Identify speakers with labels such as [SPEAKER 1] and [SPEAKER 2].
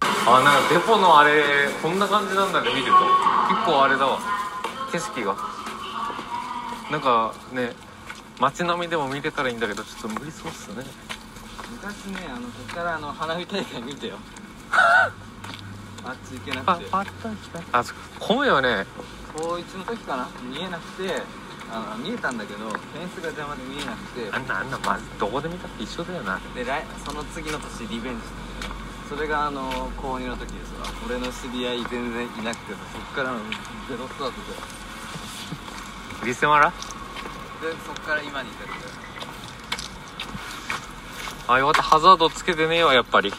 [SPEAKER 1] あなんかデポのあれこんな感じなんだね見ると結構あれだわ景色がなんかね街並みでも見れたらいいんだけどちょっと無理そうっすね
[SPEAKER 2] 昔ねあのこっからあの花火大会見てよあっち行けな
[SPEAKER 1] あ
[SPEAKER 2] くて
[SPEAKER 1] ああそっか混むよね
[SPEAKER 2] 高一の時かな見えなくてあの見えたんだけどフェンスが邪魔で見えなくて
[SPEAKER 1] あんなあんなまずどこで見たって一緒だよな
[SPEAKER 2] で来その次の年リベンジしたのよそれがあの高2の時ですわ俺の知り合い全然いなくてさそっからのゼロスタート
[SPEAKER 1] リセマラ
[SPEAKER 2] ででそっから今に至るんだよ
[SPEAKER 1] あよかったハザードつけてねえわやっぱり